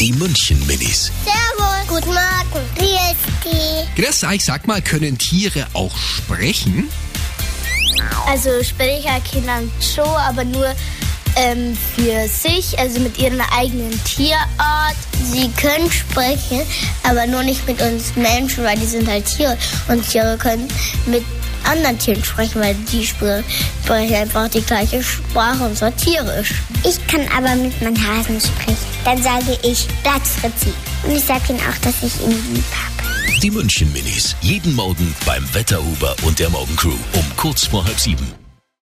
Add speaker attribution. Speaker 1: Die München Minis.
Speaker 2: Servus. Guten Morgen. Wie ist die?
Speaker 1: Grüß euch, Genau, sag mal, können Tiere auch sprechen?
Speaker 2: Also Sprecher können schon, aber nur ähm, für sich, also mit ihrer eigenen Tierart. Sie können sprechen, aber nur nicht mit uns Menschen, weil die sind halt Tiere. Und Tiere können mit anderen Tieren sprechen, weil die spre- sprechen einfach die gleiche Sprache und zwar tierisch.
Speaker 3: Ich kann aber mit meinen Hasen sprechen. Dann sage ich Platz, Fritzi. Und ich sage ihnen auch, dass ich ihn lieb habe.
Speaker 1: Die München Minis. Jeden Morgen beim Wetterhuber und der Morgencrew um kurz vor halb sieben.